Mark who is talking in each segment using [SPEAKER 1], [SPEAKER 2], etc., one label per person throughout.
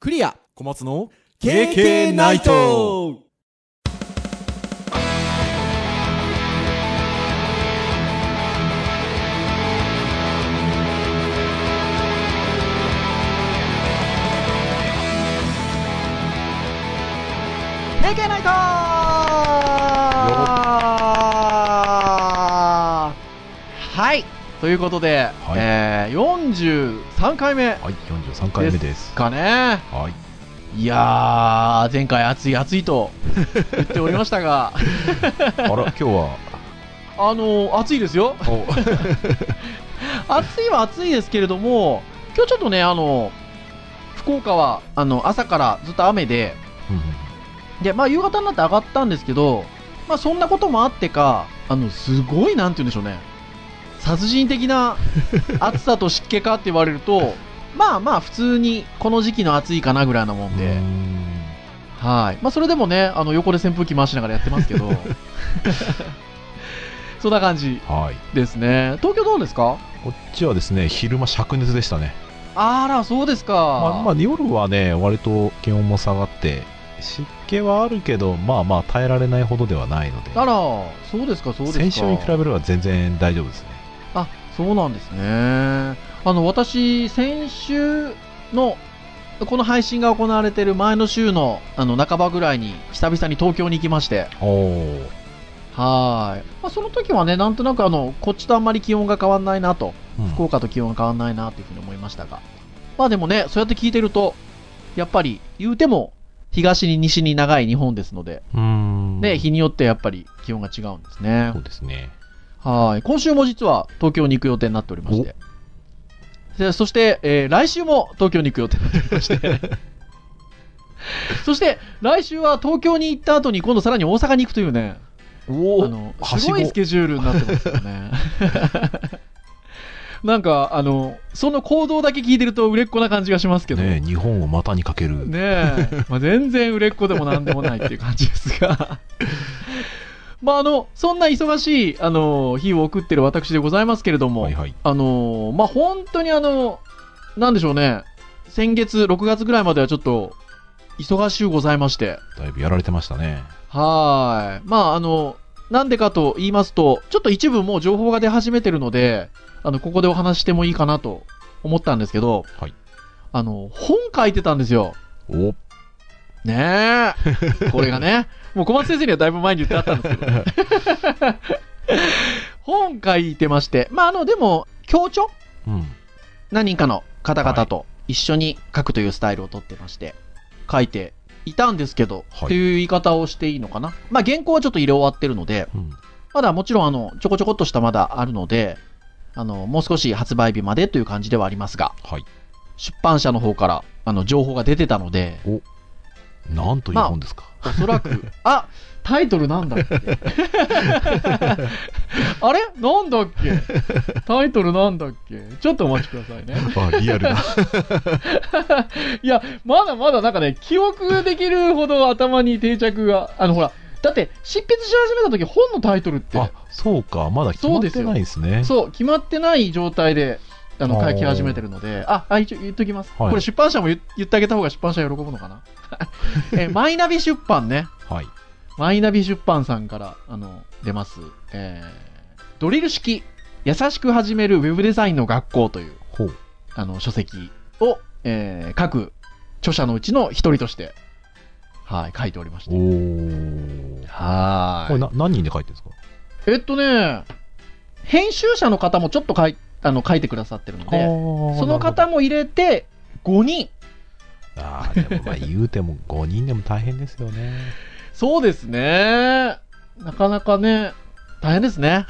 [SPEAKER 1] クリア
[SPEAKER 2] 小松の
[SPEAKER 1] KK ナイト平家ナイトはいということで、
[SPEAKER 3] はい
[SPEAKER 1] えー、43回目
[SPEAKER 3] はい、43回目です。
[SPEAKER 1] かね
[SPEAKER 3] はい。
[SPEAKER 1] いやー前回暑い暑いと言っておりまし た
[SPEAKER 3] あ
[SPEAKER 1] が
[SPEAKER 3] ら、今日は、
[SPEAKER 1] あのー暑いですよ
[SPEAKER 3] お
[SPEAKER 1] 暑いは暑いですけれども今日ちょっとねあの福岡はあの朝からずっと雨で
[SPEAKER 3] うん
[SPEAKER 1] で、まあ、夕方になって上がったんですけど、まあ、そんなこともあってか、あの、すごい、なんて言うんでしょうね。殺人 的な暑さと湿気かって言われると、まあまあ、普通に、この時期の暑いかなぐらいなもん
[SPEAKER 3] う
[SPEAKER 1] で、
[SPEAKER 3] ん
[SPEAKER 1] はい。まあ、それでもね、あの、横で扇風機回しながらやってますけ ど、そんな感じ
[SPEAKER 3] はい。
[SPEAKER 1] ですね。東京どうですか
[SPEAKER 3] こっちはですね、昼間灼熱でしたね。
[SPEAKER 1] あら、そうですか。
[SPEAKER 3] まあ、まあ、夜はね、割と気温も下がって、湿気はあるけど、まあまあ耐えられないほどではないので、
[SPEAKER 1] あら、そうですか、そうですか。
[SPEAKER 3] 先週に比べれば全然大丈夫ですね。
[SPEAKER 1] あそうなんですね。あの私、先週のこの配信が行われている前の週のあの半ばぐらいに久々に東京に行きまして、
[SPEAKER 3] おお。
[SPEAKER 1] はーい、まあ、その時はね、なんとなくあのこっちとあんまり気温が変わんないなと、福岡と気温が変わんないなというふうに思いましたが、まあでもね、そうやって聞いてると、やっぱり言うても東に西に長い日本ですので、
[SPEAKER 3] うん。
[SPEAKER 1] ね、日によってやっぱり気温が違うんですね
[SPEAKER 3] そ。うですね。
[SPEAKER 1] はい。今週も実は東京に行く予定になっておりまして。でそして、えー来週も東京に行く予定になっておりま して。そして、来週は東京に行った後に今度さらに大阪に行くというね、
[SPEAKER 3] お
[SPEAKER 1] あの、
[SPEAKER 3] はし
[SPEAKER 1] す
[SPEAKER 3] ご
[SPEAKER 1] ごいスケジュールになってますよね。 なんか、あの、その行動だけ聞いてると売れっ子な感じがしますけど。
[SPEAKER 3] ね日本を股にかける。
[SPEAKER 1] ねえ、まあ、全然売れっ子でも何でもないっていう感じですが まああのそんな忙しいあの日を送ってる私でございますけれども、
[SPEAKER 3] はいはい。
[SPEAKER 1] あのまあ本当にあのなんでしょうね先月6月ぐらいまではちょっと忙しゅうございまして
[SPEAKER 3] だいぶやられてましたね。
[SPEAKER 1] はーいまああのなんでかと言いますとちょっと一部もう情報が出始めてるのであのここでお話ししてもいいかなと思ったんですけど、
[SPEAKER 3] はい
[SPEAKER 1] あの本書いてたんですよ
[SPEAKER 3] お
[SPEAKER 1] ねえ。これが ね、もう小松先生にはだいぶ前に言ってあったんですけど、ね、 本書いてまして、まあ、あの、でも、協調
[SPEAKER 3] うん。
[SPEAKER 1] 何人かの方々と一緒に書くというスタイルをとってまして、書いていたんですけど、
[SPEAKER 3] はい
[SPEAKER 1] っていう言い方をしていいのかな。まあ、原稿はちょっと入れ終わってるので、
[SPEAKER 3] うん。
[SPEAKER 1] まだもちろん、あの、ちょこちょこっとしたまだあるので、あの、もう少し発売日までという感じではありますが、
[SPEAKER 3] はい。
[SPEAKER 1] 出版社の方から、あの、情報が出てたので、
[SPEAKER 3] なんという
[SPEAKER 1] まあ
[SPEAKER 3] 本ですか。
[SPEAKER 1] おそらく。あタイトルなんだっけあれなんだっけタイトルなんだっけちょっとお待ちくださいね。
[SPEAKER 3] あ、リアルな。
[SPEAKER 1] いや、まだまだなんかね、記憶できるほど頭に定着が。あの、ほら、だって執筆し始めた時本のタイトルって、
[SPEAKER 3] あそうかまだ決まってないんですね
[SPEAKER 1] そう、決まってない状態で、あの、
[SPEAKER 3] あー
[SPEAKER 1] 書き始めてるので、あ、あ、一応言っときます。
[SPEAKER 3] はい
[SPEAKER 1] これ出版社も言言ってあげた方が出版社喜ぶのかな え、マイナビ出版ね。
[SPEAKER 3] はい
[SPEAKER 1] マイナビ出版さんからあの出ます、えードリル式優しく始めるウェブデザインの学校という
[SPEAKER 3] ほう
[SPEAKER 1] あの書籍を、えー各著者のうちの一人としてはい書いておりまし
[SPEAKER 3] お
[SPEAKER 1] て
[SPEAKER 3] ー
[SPEAKER 1] は
[SPEAKER 3] これ
[SPEAKER 1] ーい
[SPEAKER 3] な何人で書いてるんですか
[SPEAKER 1] えっとね編集者の方もちょっと書いあの書いてくださってるので
[SPEAKER 3] そ
[SPEAKER 1] その方も入れて5人
[SPEAKER 3] あーでもまあ言うても5人でも大変ですよね
[SPEAKER 1] そうですねなかなかね大変ですね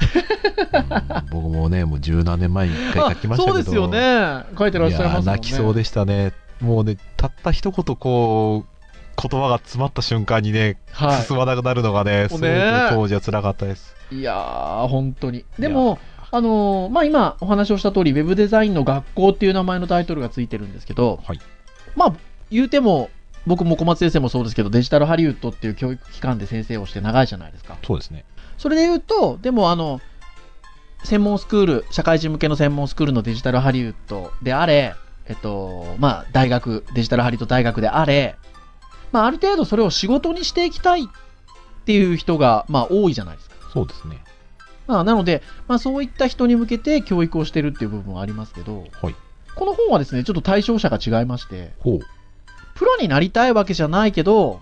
[SPEAKER 3] うん僕もねもう十何年前に一回書きましたけど
[SPEAKER 1] あそうですよね書いてらっしゃいますもん
[SPEAKER 3] やー
[SPEAKER 1] ね
[SPEAKER 3] 泣きそうでしたねもうねたった一言こう言葉が詰まった瞬間にね、
[SPEAKER 1] はい
[SPEAKER 3] 進まなくなるのがねす
[SPEAKER 1] もう
[SPEAKER 3] ごく
[SPEAKER 1] ね
[SPEAKER 3] 当時は辛かったです
[SPEAKER 1] いやー、本当に。でも、あのーまあ、今お話をした通り、ウェブデザインの学校っていう名前のタイトルがついてるんですけど、
[SPEAKER 3] はい
[SPEAKER 1] まあ、言うても、僕も小松先生もそうですけど、デジタルハリウッドっていう教育機関で先生をして長いじゃないですか。
[SPEAKER 3] そうですね
[SPEAKER 1] それで言うと、でも、あの、専門スクール、社会人向けの専門スクールのデジタルハリウッドであれ、えっと、まあ、大学、デジタルハリウッド大学であれ、まあ、ある程度それを仕事にしていきたいっていう人が、まあ、多いじゃないですか。
[SPEAKER 3] そうですね。
[SPEAKER 1] まあ、なので、まあ、そういった人に向けて教育をしてるっていう部分はありますけど、
[SPEAKER 3] はい
[SPEAKER 1] この本はですね、ちょっと対象者が違いまして、
[SPEAKER 3] ほう。
[SPEAKER 1] プロになりたいわけじゃないけど、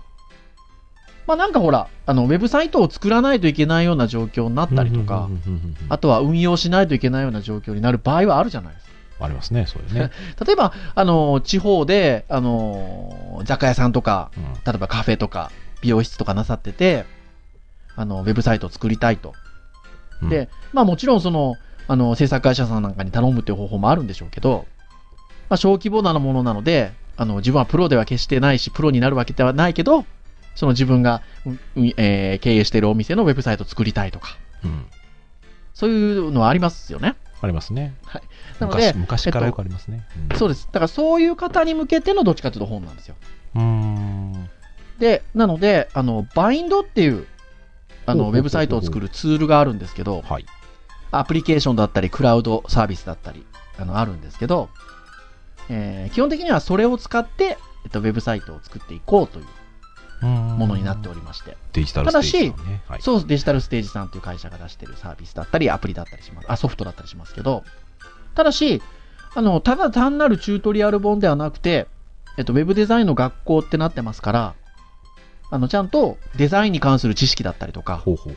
[SPEAKER 1] まあなんかほら、あの、ウェブサイトを作らないといけないような状況になったりと
[SPEAKER 3] う
[SPEAKER 1] か
[SPEAKER 3] ん、うんうんうんうん。
[SPEAKER 1] あとは運用しないといけないような状況になる場合はあるじゃないです
[SPEAKER 3] ありますね、そういうね。
[SPEAKER 1] か。例えば、あの、地方で、あの、雑貨屋さんとか、
[SPEAKER 3] うん
[SPEAKER 1] 例えばカフェとか、美容室とかなさってて、あの、ウェブサイトを作りたいと。
[SPEAKER 3] うん
[SPEAKER 1] で、まあもちろんその、あの、制作会社さんなんかに頼むっていう方法もあるんでしょうけど、まあ小規模なものなので、あの、自分はプロでは決してないし、プロになるわけではないけど、その自分が、うんうんえー経営しているお店のウェブサイトを作りたいとか、
[SPEAKER 3] うん。
[SPEAKER 1] そういうのはありますよね。
[SPEAKER 3] ありますね。
[SPEAKER 1] なので
[SPEAKER 3] 昔、昔からよくありますね。うん
[SPEAKER 1] そうです。だからそういう方に向けてのどっちかというと本なんですよ。
[SPEAKER 3] うーん。
[SPEAKER 1] で、なので、あの、バインドっていう、あ
[SPEAKER 3] ほ
[SPEAKER 1] の、
[SPEAKER 3] うほうほう
[SPEAKER 1] ウ
[SPEAKER 3] ほう
[SPEAKER 1] ェブサイトを作るツールがあるんですけど、
[SPEAKER 3] はい。
[SPEAKER 1] アプリケーションだったり、クラウドサービスだったり、あの、あるんですけど、えー基本的にはそれを使って、えっと、ウェブサイトを作っていこうというも
[SPEAKER 3] も
[SPEAKER 1] のになっておりまして、
[SPEAKER 3] デジタルステージのね。はい。
[SPEAKER 1] そう、デジタルステージさんという会社が出してるサービスだったり、アプリだったりします。あ、ソフトだったりしますけど、ただし、あの、ただ単なるチュートリアル本ではなくて、えっと、ウェブデザインの学校ってなってますから、あの、ちゃんとデザインに関する知識だったりとか、
[SPEAKER 3] ほうほう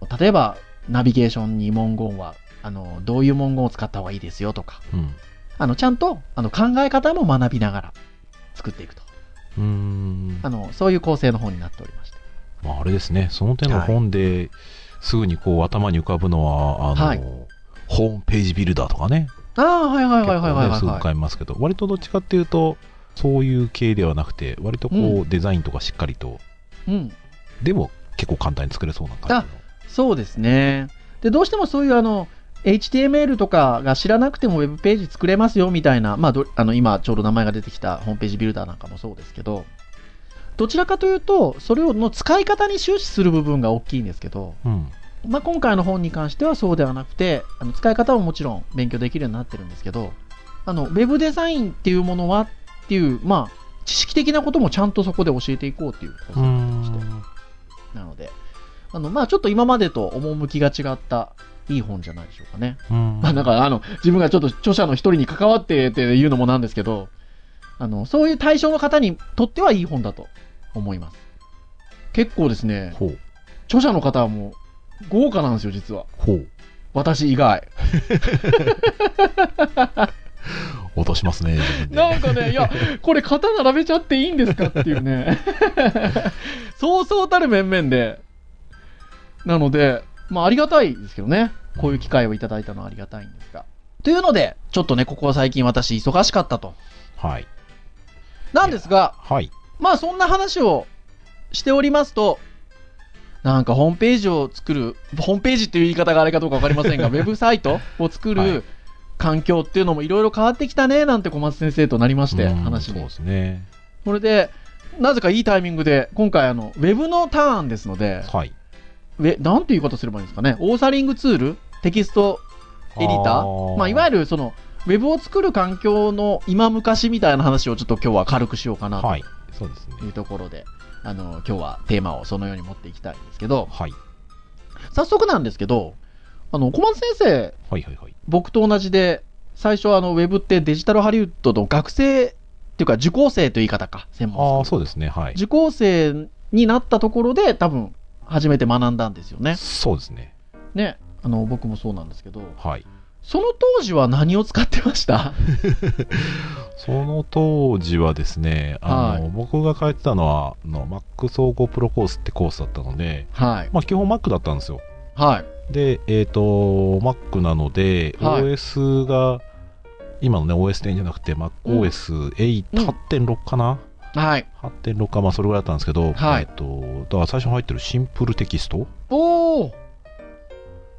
[SPEAKER 3] ほう。
[SPEAKER 1] 例えば、ナビゲーションに文言は、あの、どういう文言を使った方がいいですよとか、
[SPEAKER 3] うん。
[SPEAKER 1] あの、ちゃんと、あの、考え方も学びながら作っていくと。
[SPEAKER 3] うーん
[SPEAKER 1] あの、そういう構成の本になっておりまして。
[SPEAKER 3] まあ、あれですね、その手の本ですぐにこう頭に浮かぶのは、あの
[SPEAKER 1] はい
[SPEAKER 3] ホームページビルダーとかね、
[SPEAKER 1] ああ、はいはいはいはいはい、
[SPEAKER 3] 結構ねすぐ
[SPEAKER 1] は
[SPEAKER 3] 浮かびますけど、割とどっちかっていうと、そういう系ではなくて、割とこう、
[SPEAKER 1] う
[SPEAKER 3] デザインとかしっかりと、
[SPEAKER 1] い。うん。
[SPEAKER 3] でも結構簡単に作れそうな感
[SPEAKER 1] そうですね。で、どうしてもそういうあの、HTML とかが知らなくてもウェブページ作れますよみたいな、まあ、どあの今ちょうど名前が出てきたホームページビルダーなんかもそうですけど、どちらかというと、それをの使い方に終始する部分が大きいんですけど、
[SPEAKER 3] じの。うん。
[SPEAKER 1] まあ、今回の本に関してはそうではなくてあの使い方ももちろん勉強できるようになってるんですけどあのウェブデザインっていうものはっていう、まあ、知識的なこともちゃんとそこで教えていこうっていう構成になってましてなのであの、まあ、ちょっと今までと趣が違ったいい本じゃないでしょうかね、
[SPEAKER 3] うん
[SPEAKER 1] まあ、なんかあの自分がちょっと著者の一人に関わってっていうのもなんですけどあのそういう対象の方にとってはいい本だと思います結構ですね
[SPEAKER 3] ほう、
[SPEAKER 1] 著者の方はもう豪華なんですよ実は
[SPEAKER 3] ほう、
[SPEAKER 1] 私以外。
[SPEAKER 3] 落としますね、自分で。
[SPEAKER 1] なんかね、 いや、これ型並べちゃっていいんですかっていうね。そうそうたる面々で。なので、まあありがたいですけどね。こういう機会をいただいたのはありがたいんですが。というので、ちょっとね、ここ最近私忙しかったと。
[SPEAKER 3] はい。
[SPEAKER 1] なんですが、
[SPEAKER 3] はい。
[SPEAKER 1] まあそんな話をしておりますと、なんかホームページを作る、ホームページっていう言い方があれかどうかわかりません が、ウェブサイトを作
[SPEAKER 3] はい
[SPEAKER 1] る環境っていうのもいろいろ変わってきたね、なんて小松先生となりまして、
[SPEAKER 3] うんそ
[SPEAKER 1] 話
[SPEAKER 3] う
[SPEAKER 1] に
[SPEAKER 3] で。すね。
[SPEAKER 1] それで、なぜかいいタイミングで、今回あの、ウェブのターンですので、
[SPEAKER 3] はい。
[SPEAKER 1] ウェなんていう言い方すればいいんですかね、オーサリングツール、テキストエディター、まあ、いわゆるその、ウェブを作る環境の今昔みたいな話をちょっと今日は軽くしようかな
[SPEAKER 3] はい。そうですね
[SPEAKER 1] と。いうところで、あの、今日はテーマをそのように持っていきたいんですけど、
[SPEAKER 3] はい。
[SPEAKER 1] 早速なんですけど、あの、小松先生、
[SPEAKER 3] はいはいはい。
[SPEAKER 1] 僕と同じで、最初あの、ウェブってデジタルハリウッドの学生っていうか受講生という言い方か、専門
[SPEAKER 3] あ
[SPEAKER 1] の
[SPEAKER 3] あ、そうですね。はい。
[SPEAKER 1] 受講生になったところで多分初めて学んだんですよね。
[SPEAKER 3] そうですね。
[SPEAKER 1] ね。あの僕もそうなんですけど、
[SPEAKER 3] はい。
[SPEAKER 1] その当時は何を使ってました
[SPEAKER 3] その当時はですね、あの、僕が通ってたのは、あの Mac 総合プロコースってコースだったので、
[SPEAKER 1] はい。
[SPEAKER 3] まあ、基本 Mac だったんですよ。
[SPEAKER 1] はい。
[SPEAKER 3] で、えっ、と、Mac なので、
[SPEAKER 1] はい
[SPEAKER 3] OS が、今のね、OS10 じゃなくて、MacOS8.6 かな、
[SPEAKER 1] はい。
[SPEAKER 3] 8.6か、まあ、それぐらいだったんですけど、
[SPEAKER 1] はい
[SPEAKER 3] えっ、と、だから最初に入ってるシンプルテキスト
[SPEAKER 1] おお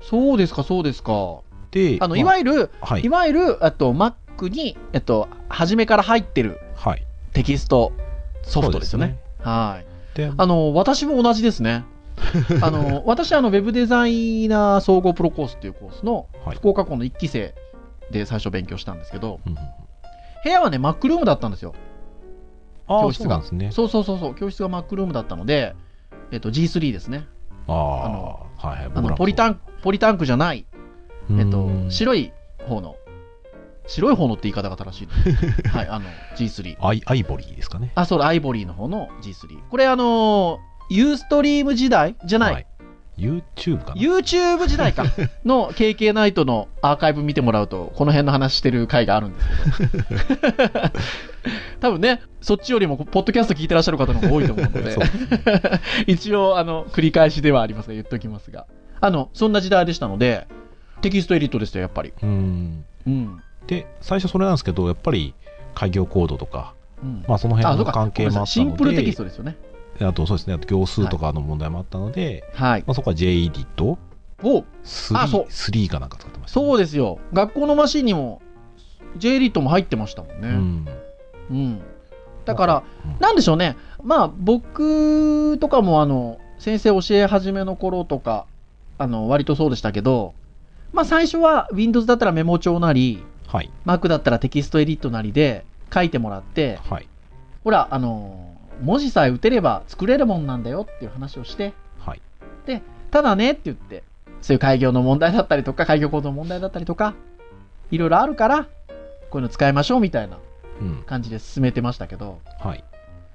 [SPEAKER 1] そうですか、そうですか。
[SPEAKER 3] で、
[SPEAKER 1] あの、
[SPEAKER 3] ま
[SPEAKER 1] いわゆる、
[SPEAKER 3] はいい、
[SPEAKER 1] わゆる、あと Mac に、えっと、初めから入ってる
[SPEAKER 3] はい、
[SPEAKER 1] テキストソフトですよね。はい。
[SPEAKER 3] そうですね。で、
[SPEAKER 1] あの、私も同じですね。あ の、私、あの、ウェブデザイナー総合プロコースっていうコースの
[SPEAKER 3] はい
[SPEAKER 1] 福岡校の1期生で最初勉強したんですけど、
[SPEAKER 3] うんうん
[SPEAKER 1] 部屋はね、マックルームだったんですよ。
[SPEAKER 3] あ
[SPEAKER 1] 教
[SPEAKER 3] あ、
[SPEAKER 1] 室
[SPEAKER 3] そう
[SPEAKER 1] が
[SPEAKER 3] なんですね。
[SPEAKER 1] そうそうそうそう、教室がマックルームだったので、えっと、G3 ですね。
[SPEAKER 3] あ
[SPEAKER 1] あ
[SPEAKER 3] あ、
[SPEAKER 1] の
[SPEAKER 3] はいはい。
[SPEAKER 1] あ
[SPEAKER 3] 僕ら
[SPEAKER 1] の
[SPEAKER 3] も
[SPEAKER 1] ポリタンポリタンクじゃない、
[SPEAKER 3] そう、
[SPEAKER 1] えっと
[SPEAKER 3] う、ん
[SPEAKER 1] 白い方の、白い方のって言い方が正しい の。はい、あの、G3。
[SPEAKER 3] アイアイボリーですかね。
[SPEAKER 1] あ、そうだ、アイボリーの方の G3。これ、あのー、ユーストリーム時代じゃない、
[SPEAKER 3] はい。YouTube かな。
[SPEAKER 1] YouTube 時代かの KK ナイトのアーカイブ見てもらうとこの辺の話してる回があるんですけ ど多分ねそっちよりもポッドキャスト聞いてらっしゃる方の方が多いと思うの で
[SPEAKER 3] そう
[SPEAKER 1] 一応あの繰り返しではありますが言っときますがあのそんな時代でしたのでテキストエリートでしたよやっぱり
[SPEAKER 3] うん。
[SPEAKER 1] うん、
[SPEAKER 3] で、最初それなんですけど、やっぱり開業コードとか、
[SPEAKER 1] うん
[SPEAKER 3] まあその
[SPEAKER 1] あそ
[SPEAKER 3] 辺の
[SPEAKER 1] うか
[SPEAKER 3] 関係もあったので、
[SPEAKER 1] シンプルテキストですよね
[SPEAKER 3] あとそうですね、あと行数とかの問題もあったので、
[SPEAKER 1] はい
[SPEAKER 3] まあそこは JEDIT、
[SPEAKER 1] おあそう
[SPEAKER 3] 3、3かなんか使ってましたね、
[SPEAKER 1] そうですよ学校のマシンにも J リートも入ってましたもんね、
[SPEAKER 3] うん。
[SPEAKER 1] うん、だから、
[SPEAKER 3] うん
[SPEAKER 1] なんでしょうね、まあ、僕とかもあの先生教え始めの頃とか、あの割とそうでしたけど、まあ、最初は Windows だったらメモ帳なり、
[SPEAKER 3] はい。
[SPEAKER 1] Mac だったらテキストエディットなりで書いてもらって、
[SPEAKER 3] はい。
[SPEAKER 1] ほら、あの文字さえ打てれば作れるもんなんだよっていう話をして、
[SPEAKER 3] はい。
[SPEAKER 1] ただねって言って、そういう開業の問題だったりとか、開業行動の問題だったりとか、いろいろあるから、こういうの使いましょうみたいな
[SPEAKER 3] うん。
[SPEAKER 1] 感じで進めてましたけど。
[SPEAKER 3] はい。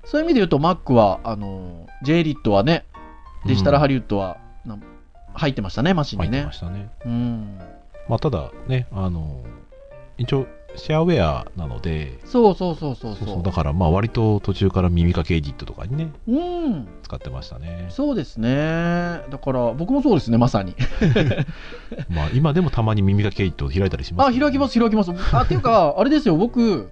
[SPEAKER 1] そういう意味で言うと、Mac は、あの、j リットはね、デジタルハリウッドは、な入ってましたね、マシン
[SPEAKER 3] 入
[SPEAKER 1] に
[SPEAKER 3] って
[SPEAKER 1] ね
[SPEAKER 3] ま。したね。
[SPEAKER 1] うん。
[SPEAKER 3] まあただね、あの、一応シェアウェアなので、
[SPEAKER 1] そうそうそうそう
[SPEAKER 3] そう
[SPEAKER 1] そ
[SPEAKER 3] そう
[SPEAKER 1] う。
[SPEAKER 3] だからまあ割と途中から耳かけエディットとかにね、
[SPEAKER 1] うん。
[SPEAKER 3] 使ってましたね。
[SPEAKER 1] そうですね。だから、僕もそうですね、まさに。
[SPEAKER 3] まあ今でもたまに耳かけエディットを開いたりします
[SPEAKER 1] あ、
[SPEAKER 3] けどね、
[SPEAKER 1] 開きます、開きます。あ、っていうか、 あれですよ、僕、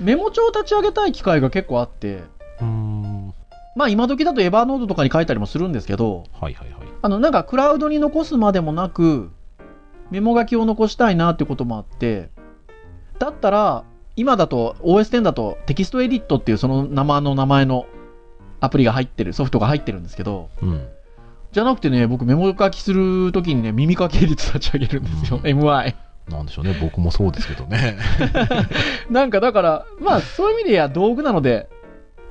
[SPEAKER 1] メモ帳を立ち上げたい機会が結構あって、
[SPEAKER 3] うーん。は
[SPEAKER 1] まあ今時だとエヴァーノードとかに書いたりもするんですけど、
[SPEAKER 3] いはいはい。
[SPEAKER 1] あの、なんかクラウドに残すまでもなく、メモ書きを残したいなってこともあって、だったら、今だと OS10 だとテキストエディットっていうその名前の名前のアプリが入ってる、ソフトが入ってるんですけど、
[SPEAKER 3] うん。
[SPEAKER 1] じゃなくてね、僕メモ書きするときにね、耳かきエディット立ち上げるんですよ、
[SPEAKER 3] うん
[SPEAKER 1] MI。
[SPEAKER 3] なんでしょうね、僕もそうですけどね。
[SPEAKER 1] なんかだから、まあそういう意味では道具なので、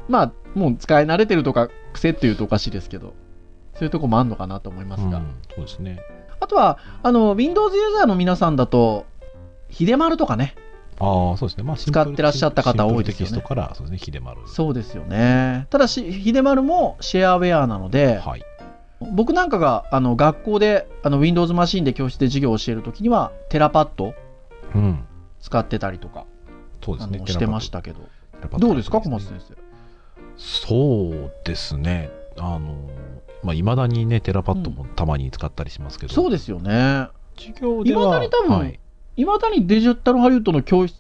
[SPEAKER 1] まあもう使い慣れてるとか、癖っていうとおかしいですけど、そういうとこもあんのかなと思いますが。
[SPEAKER 3] うんそうですね。
[SPEAKER 1] あとは、あの、Windows ユーザーの皆さんだと、秀丸とかね。
[SPEAKER 3] ああ、そうですね。まあ、シンプル
[SPEAKER 1] 使ってらっしゃった方多いです
[SPEAKER 3] シンプルテキ
[SPEAKER 1] よね
[SPEAKER 3] ストから、そうですね、秀丸。
[SPEAKER 1] そうですよね。ただし、秀丸もシェアウェアなので、
[SPEAKER 3] はい。
[SPEAKER 1] 僕なんかが、あの、学校で、あの、Windows マシンで教室で授業を教えるときには、テラパッド
[SPEAKER 3] うん。
[SPEAKER 1] 使ってたりとか、
[SPEAKER 3] そうで
[SPEAKER 1] あ
[SPEAKER 3] すね
[SPEAKER 1] の、。してましたけど。
[SPEAKER 3] テラパッド。
[SPEAKER 1] どうですか、
[SPEAKER 3] テ
[SPEAKER 1] 小
[SPEAKER 3] ラパ
[SPEAKER 1] 松
[SPEAKER 3] ッド
[SPEAKER 1] 先生。
[SPEAKER 3] そうですね。あの、まあ、いまだにね、テラパッドもたまに使ったりしますけど。
[SPEAKER 1] そうですよね。
[SPEAKER 3] 授業では。
[SPEAKER 1] 未だに多分
[SPEAKER 3] はい、
[SPEAKER 1] いまだにデジタルハリウッドの教室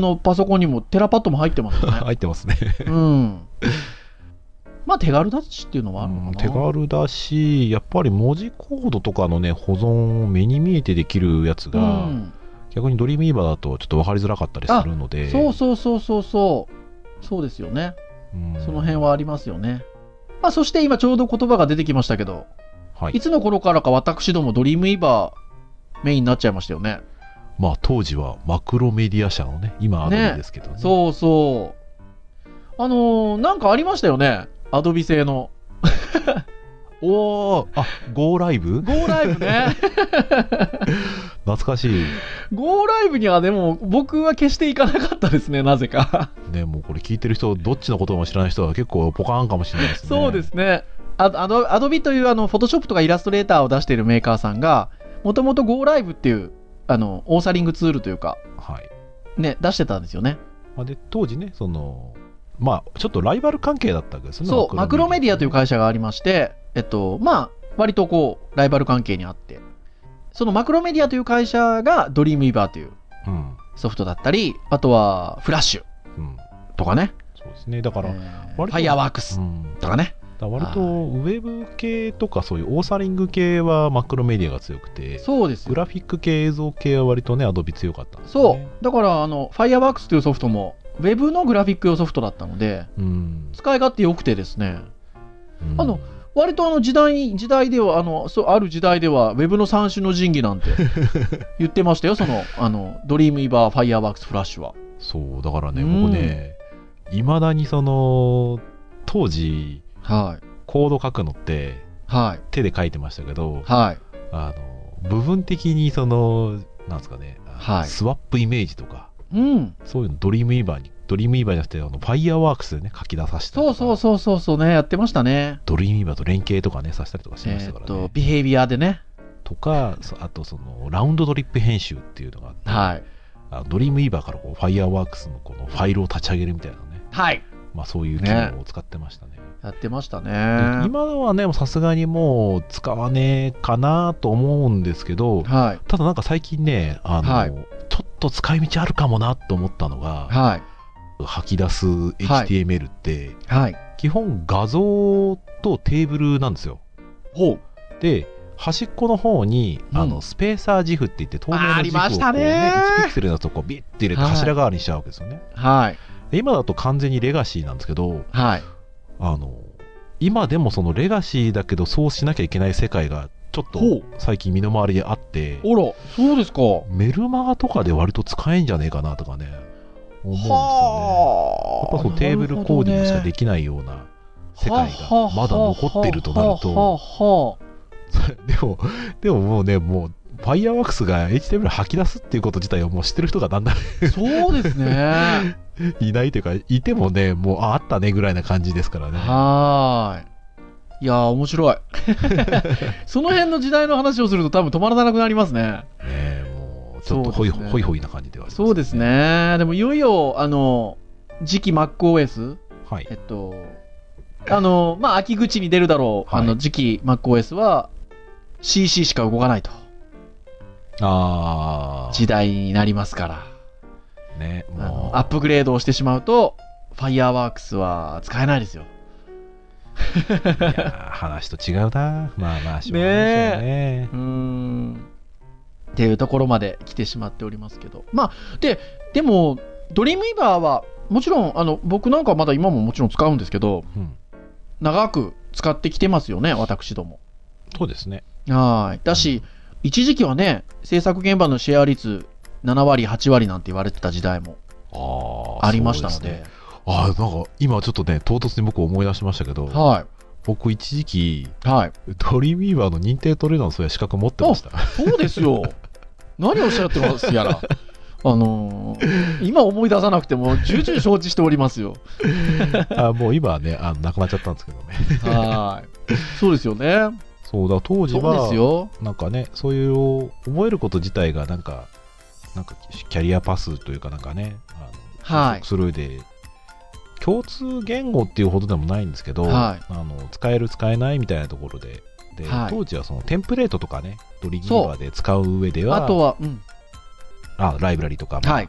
[SPEAKER 1] のパソコンにもテラパッドも入ってますよね。
[SPEAKER 3] 入ってますね。
[SPEAKER 1] うん。まあ、手軽だしっていうの はあるのかな。
[SPEAKER 3] 手軽だし、やっぱり文字コードとかのね、保存を目に見えてできるやつが、
[SPEAKER 1] うん
[SPEAKER 3] 逆にドリームイーバーだとちょっと分かりづらかったりするので、
[SPEAKER 1] そうそうそうそうそうそうですよね
[SPEAKER 3] うん
[SPEAKER 1] その辺、はありますよね、まあ、そして今ちょうど言葉が出てきましたけど、、
[SPEAKER 3] はいい。
[SPEAKER 1] つの頃からか私どもドリームイーバーメインになっちゃいましたよね、
[SPEAKER 3] まあ、当時はマクロメディア社のね、今あ
[SPEAKER 1] ね
[SPEAKER 3] るんですけどね。
[SPEAKER 1] そうそうあのーなんかありましたよねアドビ製の
[SPEAKER 3] おーあ、Go ライブ
[SPEAKER 1] Go ライブ ね
[SPEAKER 3] 懐かしい。
[SPEAKER 1] Go ライブにはでも僕は決して行かなかったですねなぜか
[SPEAKER 3] ね、もうこれ聞いてる人、どっちのことも知らない人は結構ポカーンかもしれないですね。
[SPEAKER 1] そうですね。あアドアドビというあの、フォトショップとかイラストレーターを出しているメーカーさんが、もともと GoLive っていう、あの、オーサリングツールというか、
[SPEAKER 3] はい。
[SPEAKER 1] ね、出してたんですよね。
[SPEAKER 3] まあ、で、当時ね、その、まあ、ちょっとライバル関係だったわけですね。
[SPEAKER 1] そう、マクロメディアという会社がありまして、えっと、まあ、割とこう、ライバル関係にあって、そのマクロメディアという会社が Dreamweaver という
[SPEAKER 3] うん。
[SPEAKER 1] ソフトだったり、あとは、フラッシュ
[SPEAKER 3] うん。
[SPEAKER 1] とかね、
[SPEAKER 3] そうですね。だから、
[SPEAKER 1] えーフ
[SPEAKER 3] 割と
[SPEAKER 1] ァイアワーク
[SPEAKER 3] う
[SPEAKER 1] ス
[SPEAKER 3] ん。
[SPEAKER 1] とかね。
[SPEAKER 3] だから割と
[SPEAKER 1] は
[SPEAKER 3] ウェブ系とかそういうオーサリング系はマクロメディアが強くて
[SPEAKER 1] そうです
[SPEAKER 3] グ
[SPEAKER 1] よ。
[SPEAKER 3] ラフィック系映像系は割とねアドビ強かったんですよ
[SPEAKER 1] そ
[SPEAKER 3] ね
[SPEAKER 1] う。だから、あの、ファイアワークスというソフトも、ウェブのグラフィック用ソフトだったので、
[SPEAKER 3] うん、
[SPEAKER 1] 使い勝手良くてですね
[SPEAKER 3] うん
[SPEAKER 1] あの割とあの時代に時代ではあのそうある時代ではウェブ の三種の神器なんて言ってましたよそのあのドリームイバーファイアワークスフラッシュは
[SPEAKER 3] そうだからね、
[SPEAKER 1] うん
[SPEAKER 3] 僕ねいまだにその当時
[SPEAKER 1] はい。
[SPEAKER 3] コード書くのって
[SPEAKER 1] はい。
[SPEAKER 3] 手で書いてましたけど、
[SPEAKER 1] はい。
[SPEAKER 3] あの部分的にそのなんですかね、あの
[SPEAKER 1] はい
[SPEAKER 3] スワップイメージとか
[SPEAKER 1] うん。
[SPEAKER 3] そういうのドリームイーバーにドリームイーバーじゃなくてあのファイアワークスでね書き出させたりと
[SPEAKER 1] そう
[SPEAKER 3] か
[SPEAKER 1] そうそうそうそうね、やってましたね。
[SPEAKER 3] ドリームイーバーと連携とかねさせたりとかしまし
[SPEAKER 1] え
[SPEAKER 3] たか
[SPEAKER 1] ーっ
[SPEAKER 3] らね、
[SPEAKER 1] と、ビヘイビアでね。
[SPEAKER 3] とかそあとそのラウンドトリップ編集っていうのがあって、
[SPEAKER 1] はい。
[SPEAKER 3] あのドリームイーバーからこうファイアワークスのこのファイルを立ち上げるみたいなね、
[SPEAKER 1] はい。
[SPEAKER 3] まあ、そういう機能を使ってましたね
[SPEAKER 1] やってましたね。
[SPEAKER 3] で今のはねさすがにもう使わねえかなと思うんですけど
[SPEAKER 1] はい。
[SPEAKER 3] ただなんか最近ねあの、
[SPEAKER 1] はい
[SPEAKER 3] ちょっと使い道あるかもなと思ったのが、
[SPEAKER 1] はい。
[SPEAKER 3] 吐き出す HTML って、
[SPEAKER 1] はい。
[SPEAKER 3] 基本画像とテーブルなんですよ
[SPEAKER 1] ほう。
[SPEAKER 3] で端っこの方に、
[SPEAKER 1] うん
[SPEAKER 3] あのスペーサージフって言って透明
[SPEAKER 1] あーあ
[SPEAKER 3] な
[SPEAKER 1] り
[SPEAKER 3] ジ
[SPEAKER 1] まし
[SPEAKER 3] フを
[SPEAKER 1] た
[SPEAKER 3] こう、
[SPEAKER 1] ね
[SPEAKER 3] ね、1ピクセルのとこビッて入れて
[SPEAKER 1] はい
[SPEAKER 3] 柱代わりにしちゃうわけですよね、
[SPEAKER 1] はい。
[SPEAKER 3] で今だと完全にレガシーなんですけど
[SPEAKER 1] はい。
[SPEAKER 3] あの今でもそのレガシーだけどそうしなきゃいけない世界がちょっと
[SPEAKER 1] ほう
[SPEAKER 3] 最近身の回りであって
[SPEAKER 1] おら、そうですか。
[SPEAKER 3] メルマガとかで割と使えんじゃねえかなとかね思うんですよねやっ
[SPEAKER 1] は
[SPEAKER 3] ぱそうテーブルコーディングしかできないような世界がまだ残ってるとなると
[SPEAKER 1] と。
[SPEAKER 3] でもでももうねもうファイアワークスが HTML 吐き出すっていうこと自体をもう知ってる人がだんだ ん
[SPEAKER 1] そうですね。
[SPEAKER 3] いないというかいてもねもうああったねぐらいな感じですからね
[SPEAKER 1] はーい。いやー、面白い。 その辺の時代の話をすると多分止まらなくなりますね。
[SPEAKER 3] ねえもうちょっと
[SPEAKER 1] そ
[SPEAKER 3] ホ
[SPEAKER 1] う
[SPEAKER 3] イ
[SPEAKER 1] ですね
[SPEAKER 3] ホイ,、ホイホイな感じではあります
[SPEAKER 1] そうですね。でもいよいよ、あの、次期 MacOS、
[SPEAKER 3] はい
[SPEAKER 1] えっと、あの、まあ、秋口に出るだろう、
[SPEAKER 3] はい
[SPEAKER 1] あの、次期 MacOS は CC しか動かないと、
[SPEAKER 3] あ
[SPEAKER 1] 時代になりますから。
[SPEAKER 3] あね
[SPEAKER 1] あの
[SPEAKER 3] もう
[SPEAKER 1] アップグレードをしてしまうと、Fireworks は使えないですよ。
[SPEAKER 3] いやー話と違うなまあまあしょうがないですよね
[SPEAKER 1] うーん。っていうところまで来てしまっておりますけど。まあ、で、でも、ドリームイバーは、もちろん、あの、僕なんかはまだ今ももちろん使うんですけど、
[SPEAKER 3] うん
[SPEAKER 1] 長く使ってきてますよね、私ども。
[SPEAKER 3] そうですね
[SPEAKER 1] はーい。だし、一時期はね、制作現場のシェア率7割、8割なんて言われてた時代も
[SPEAKER 3] ああ
[SPEAKER 1] ありましたので、
[SPEAKER 3] あーなんか今ちょっとね唐突に僕思い出しましたけど
[SPEAKER 1] は
[SPEAKER 3] 僕一時期
[SPEAKER 1] い。はい。
[SPEAKER 3] ドリームイーバーの認定トレーナーのそういう資格持ってました
[SPEAKER 1] そうですよ。何をおっしゃってますやら。あのー今思い出さなくても重々承知しておりますよ。
[SPEAKER 3] あもう今はねあのなくなっちゃったんですけどね
[SPEAKER 1] はい。そうですよね。
[SPEAKER 3] そうだ当時
[SPEAKER 1] そうです
[SPEAKER 3] は
[SPEAKER 1] よ。
[SPEAKER 3] なんかねそういうを覚えること自体がなんかなんかキャリアパスというかなんかねあの、
[SPEAKER 1] はい
[SPEAKER 3] それで共通言語っていうほどでもないんですけど、
[SPEAKER 1] はい
[SPEAKER 3] あの使える使えないみたいなところでで、
[SPEAKER 1] はい
[SPEAKER 3] 当時はそのテンプレートとかねドリームイーバーで使う上では
[SPEAKER 1] あとは、うん。
[SPEAKER 3] あライブラリとか、まあ
[SPEAKER 1] はい。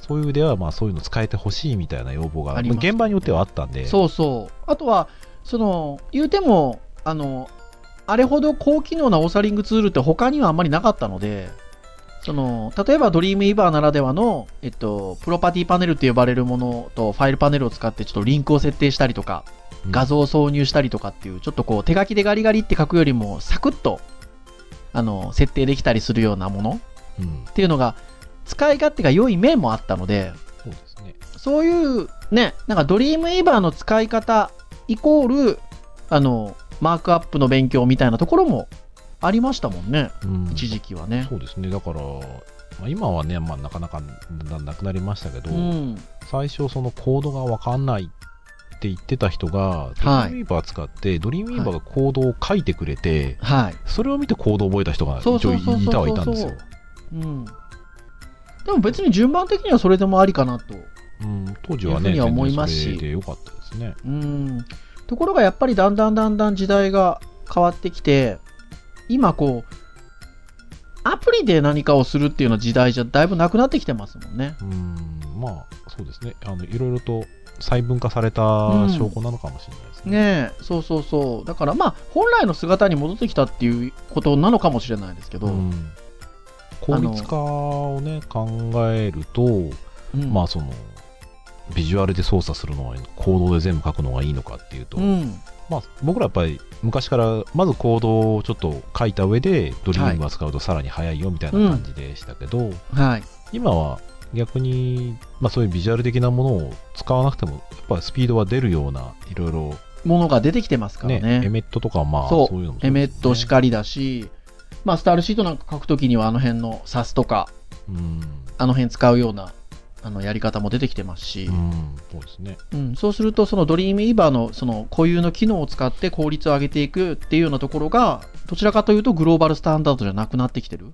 [SPEAKER 3] そういう上では、まあ、そういうの使えてほしいみたいな要望が
[SPEAKER 1] ありました
[SPEAKER 3] 現場によってはあったんで
[SPEAKER 1] そうそう。あとは、その、言うても、あの、あれほど高機能なオーサリングツールって他にはあんまりなかったので、その、例えばドリームイーバーならではの、えっと、プロパティパネルって呼ばれるものとファイルパネルを使ってちょっとリンクを設定したりとか、
[SPEAKER 3] うん
[SPEAKER 1] 画像を挿入したりとかっていうちょっとこう手書きでガリガリって書くよりもサクッとあの設定できたりするようなもの
[SPEAKER 3] うん
[SPEAKER 1] っていうのが使い勝手が良い面もあったので
[SPEAKER 3] そうですね
[SPEAKER 1] そういうねなんかドリームイーバーの使い方イコールあのマークアップの勉強みたいなところもありましたもんね
[SPEAKER 3] うん
[SPEAKER 1] 一時期はね
[SPEAKER 3] そうですねだから、まあ、今はね、まあ、なかなかななくなりましたけど、
[SPEAKER 1] うん
[SPEAKER 3] 最初そのコードが分かんないって言ってた人が、ド
[SPEAKER 1] はい
[SPEAKER 3] リームイーバー使ってドリームイーバーがコードを書いてくれて、
[SPEAKER 1] はい
[SPEAKER 3] それを見てコードを覚えた人が一
[SPEAKER 1] そうそ
[SPEAKER 3] 応
[SPEAKER 1] うそうそうそう
[SPEAKER 3] いたはいたんですよ、
[SPEAKER 1] うんでも別に順番的にはそれでもありかなと
[SPEAKER 3] うん、当時はね
[SPEAKER 1] いうふうには思い
[SPEAKER 3] 全然
[SPEAKER 1] ますし
[SPEAKER 3] それでよかったですね
[SPEAKER 1] うんところがやっぱりだんだんだんだん時代が変わってきて今こうアプリで何かをするっていうような時代じゃだいぶなくなってきてますもんね。
[SPEAKER 3] うんまあそうですねあのいろいろと細分化された証拠なのかもしれないですね、
[SPEAKER 1] ねえそうそうそうだからまあ本来の姿に戻ってきたっていうことなのかもしれないですけど、
[SPEAKER 3] うん効率化をね考えると、
[SPEAKER 1] うん
[SPEAKER 3] まあそのビジュアルで操作するのはコードで全部書くのがいいのかっていうと、
[SPEAKER 1] うん
[SPEAKER 3] まあ、僕らやっぱり昔からまずコードをちょっと書いた上でドリームを使うとさらに早いよみたいな感じでしたけど、
[SPEAKER 1] はい
[SPEAKER 3] 今は逆に、まあ、そういうビジュアル的なものを使わなくてもやっぱりスピードは出るようないろいろ
[SPEAKER 1] ものが出てきてますから
[SPEAKER 3] ね
[SPEAKER 1] ね。
[SPEAKER 3] エメットとかまあ
[SPEAKER 1] そ
[SPEAKER 3] そうういうのも
[SPEAKER 1] エメットし
[SPEAKER 3] か、
[SPEAKER 1] かりだし、まあ、スタールシートなんか書くときにはあの辺のサスとか、
[SPEAKER 3] うん
[SPEAKER 1] あの辺使うようなあのやり方も出てきてますし
[SPEAKER 3] う、ん、そうですね
[SPEAKER 1] うん、そうするとそのドリームイーバーのその固有の機能を使って効率を上げていくっていうようなところがどちらかというとグローバルスタンダードじゃなくなってきてる、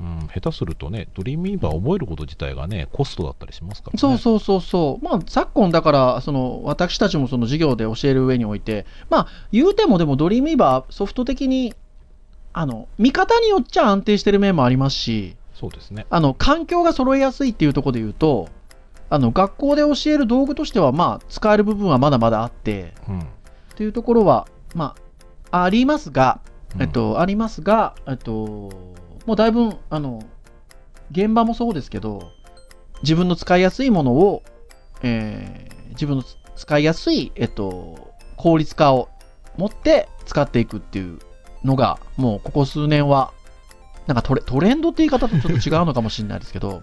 [SPEAKER 3] うん、下手するとね、ドリームイーバー覚えること自体がね、コストだったりしますからね。
[SPEAKER 1] そうそうそうそうまあ昨今だからその私たちもその授業で教える上においてまあ言うてもでもドリームイーバーソフト的にあの見方によっちゃ安定してる面もありますし
[SPEAKER 3] そうですね。
[SPEAKER 1] あの環境が揃えやすいっていうところで言うとあの学校で教える道具としてはまあ使える部分はまだまだあって
[SPEAKER 3] うん。
[SPEAKER 1] っていうところはまあありますが
[SPEAKER 3] うん
[SPEAKER 1] えっ、と、ありますが、えっと、もうだいぶん、あの、現場もそうですけど、自分の使いやすいものを、えー自分のつ使いやすい、えっと、効率化を持って使っていくっていうのが、もうここ数年は、なんかトレトレンドって言い方とちょっと違うのかもしれないです けど、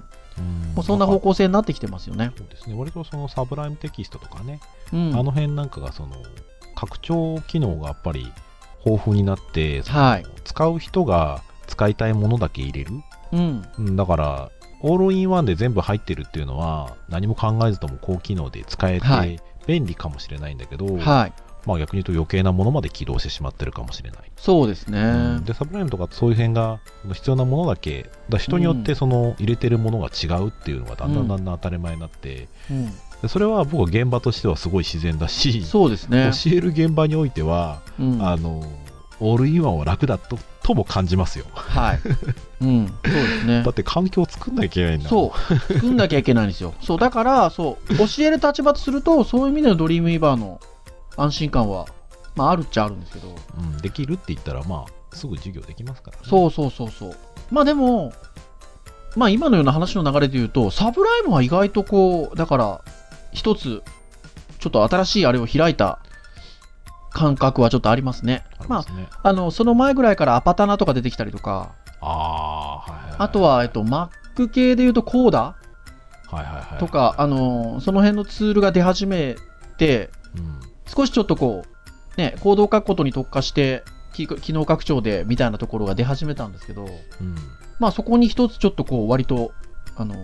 [SPEAKER 1] もうそんな方
[SPEAKER 3] 向。
[SPEAKER 1] 向性になってきてますよね。
[SPEAKER 3] そうですね。割とそのサブライムテキストとかね、
[SPEAKER 1] うん。
[SPEAKER 3] あの辺なんかがその、拡張機能がやっぱり豊富になって、その
[SPEAKER 1] はい。
[SPEAKER 3] 使う人が使いたいものだけ入れる。
[SPEAKER 1] うん。
[SPEAKER 3] うん、だから、オールインワンで全部入ってるっていうのは、何も考えずとも高機能で使えて、
[SPEAKER 1] はい
[SPEAKER 3] 便利かもしれないんだけど、
[SPEAKER 1] はい。
[SPEAKER 3] まあ逆に言うと余計なものまで起動してしまってるかもしれない。
[SPEAKER 1] そうですね。
[SPEAKER 3] うんでサブライムとかそういう辺が必要なものだけだ人によっ
[SPEAKER 1] う
[SPEAKER 3] て
[SPEAKER 1] ん
[SPEAKER 3] その入れてるものが違うっていうのがだんだ
[SPEAKER 1] うん
[SPEAKER 3] んだんだん当たり前になって、
[SPEAKER 1] うん
[SPEAKER 3] でそれは僕は現場としてはすごい自然だし、
[SPEAKER 1] そうですね。
[SPEAKER 3] 教える現場においては、
[SPEAKER 1] うん
[SPEAKER 3] あのオールインワンは楽だととも感じますよ
[SPEAKER 1] はい。うん。そうですね
[SPEAKER 3] だ。って環境を作んなきゃいけないんだもん
[SPEAKER 1] そう、作んなきゃいけない んですよ。そう、だから、そう、教える立場とすると、そういう意味でのドリームイーバーの安心感は、まあ、あるっちゃあるんですけど、
[SPEAKER 3] うん、できるって言ったらまあすぐ授業できますから、ね、
[SPEAKER 1] そうそうそうそう。まあ、でも、まあ、今のような話の流れで言うと、サブライムは意外とこう、だから、一つ、ちょっと新しいあれを開いた感覚はちょっとありますね。
[SPEAKER 3] あり
[SPEAKER 1] ま
[SPEAKER 3] ますね、
[SPEAKER 1] あ、あの、その前ぐらいからアパタナとか出てきたりとか、
[SPEAKER 3] あー、はいはいい
[SPEAKER 1] あとは、えっと、Mac 系で言うとコーダ
[SPEAKER 3] はいはいはい
[SPEAKER 1] とか、あの、その辺のツールが出始めて、
[SPEAKER 3] うん
[SPEAKER 1] 少しちょっとこう、ね、行動を書くことに特化して、き機能拡張でみたいなところが出始めたんですけど、
[SPEAKER 3] うん
[SPEAKER 1] まあそこに一つちょっとこう、割と、あの、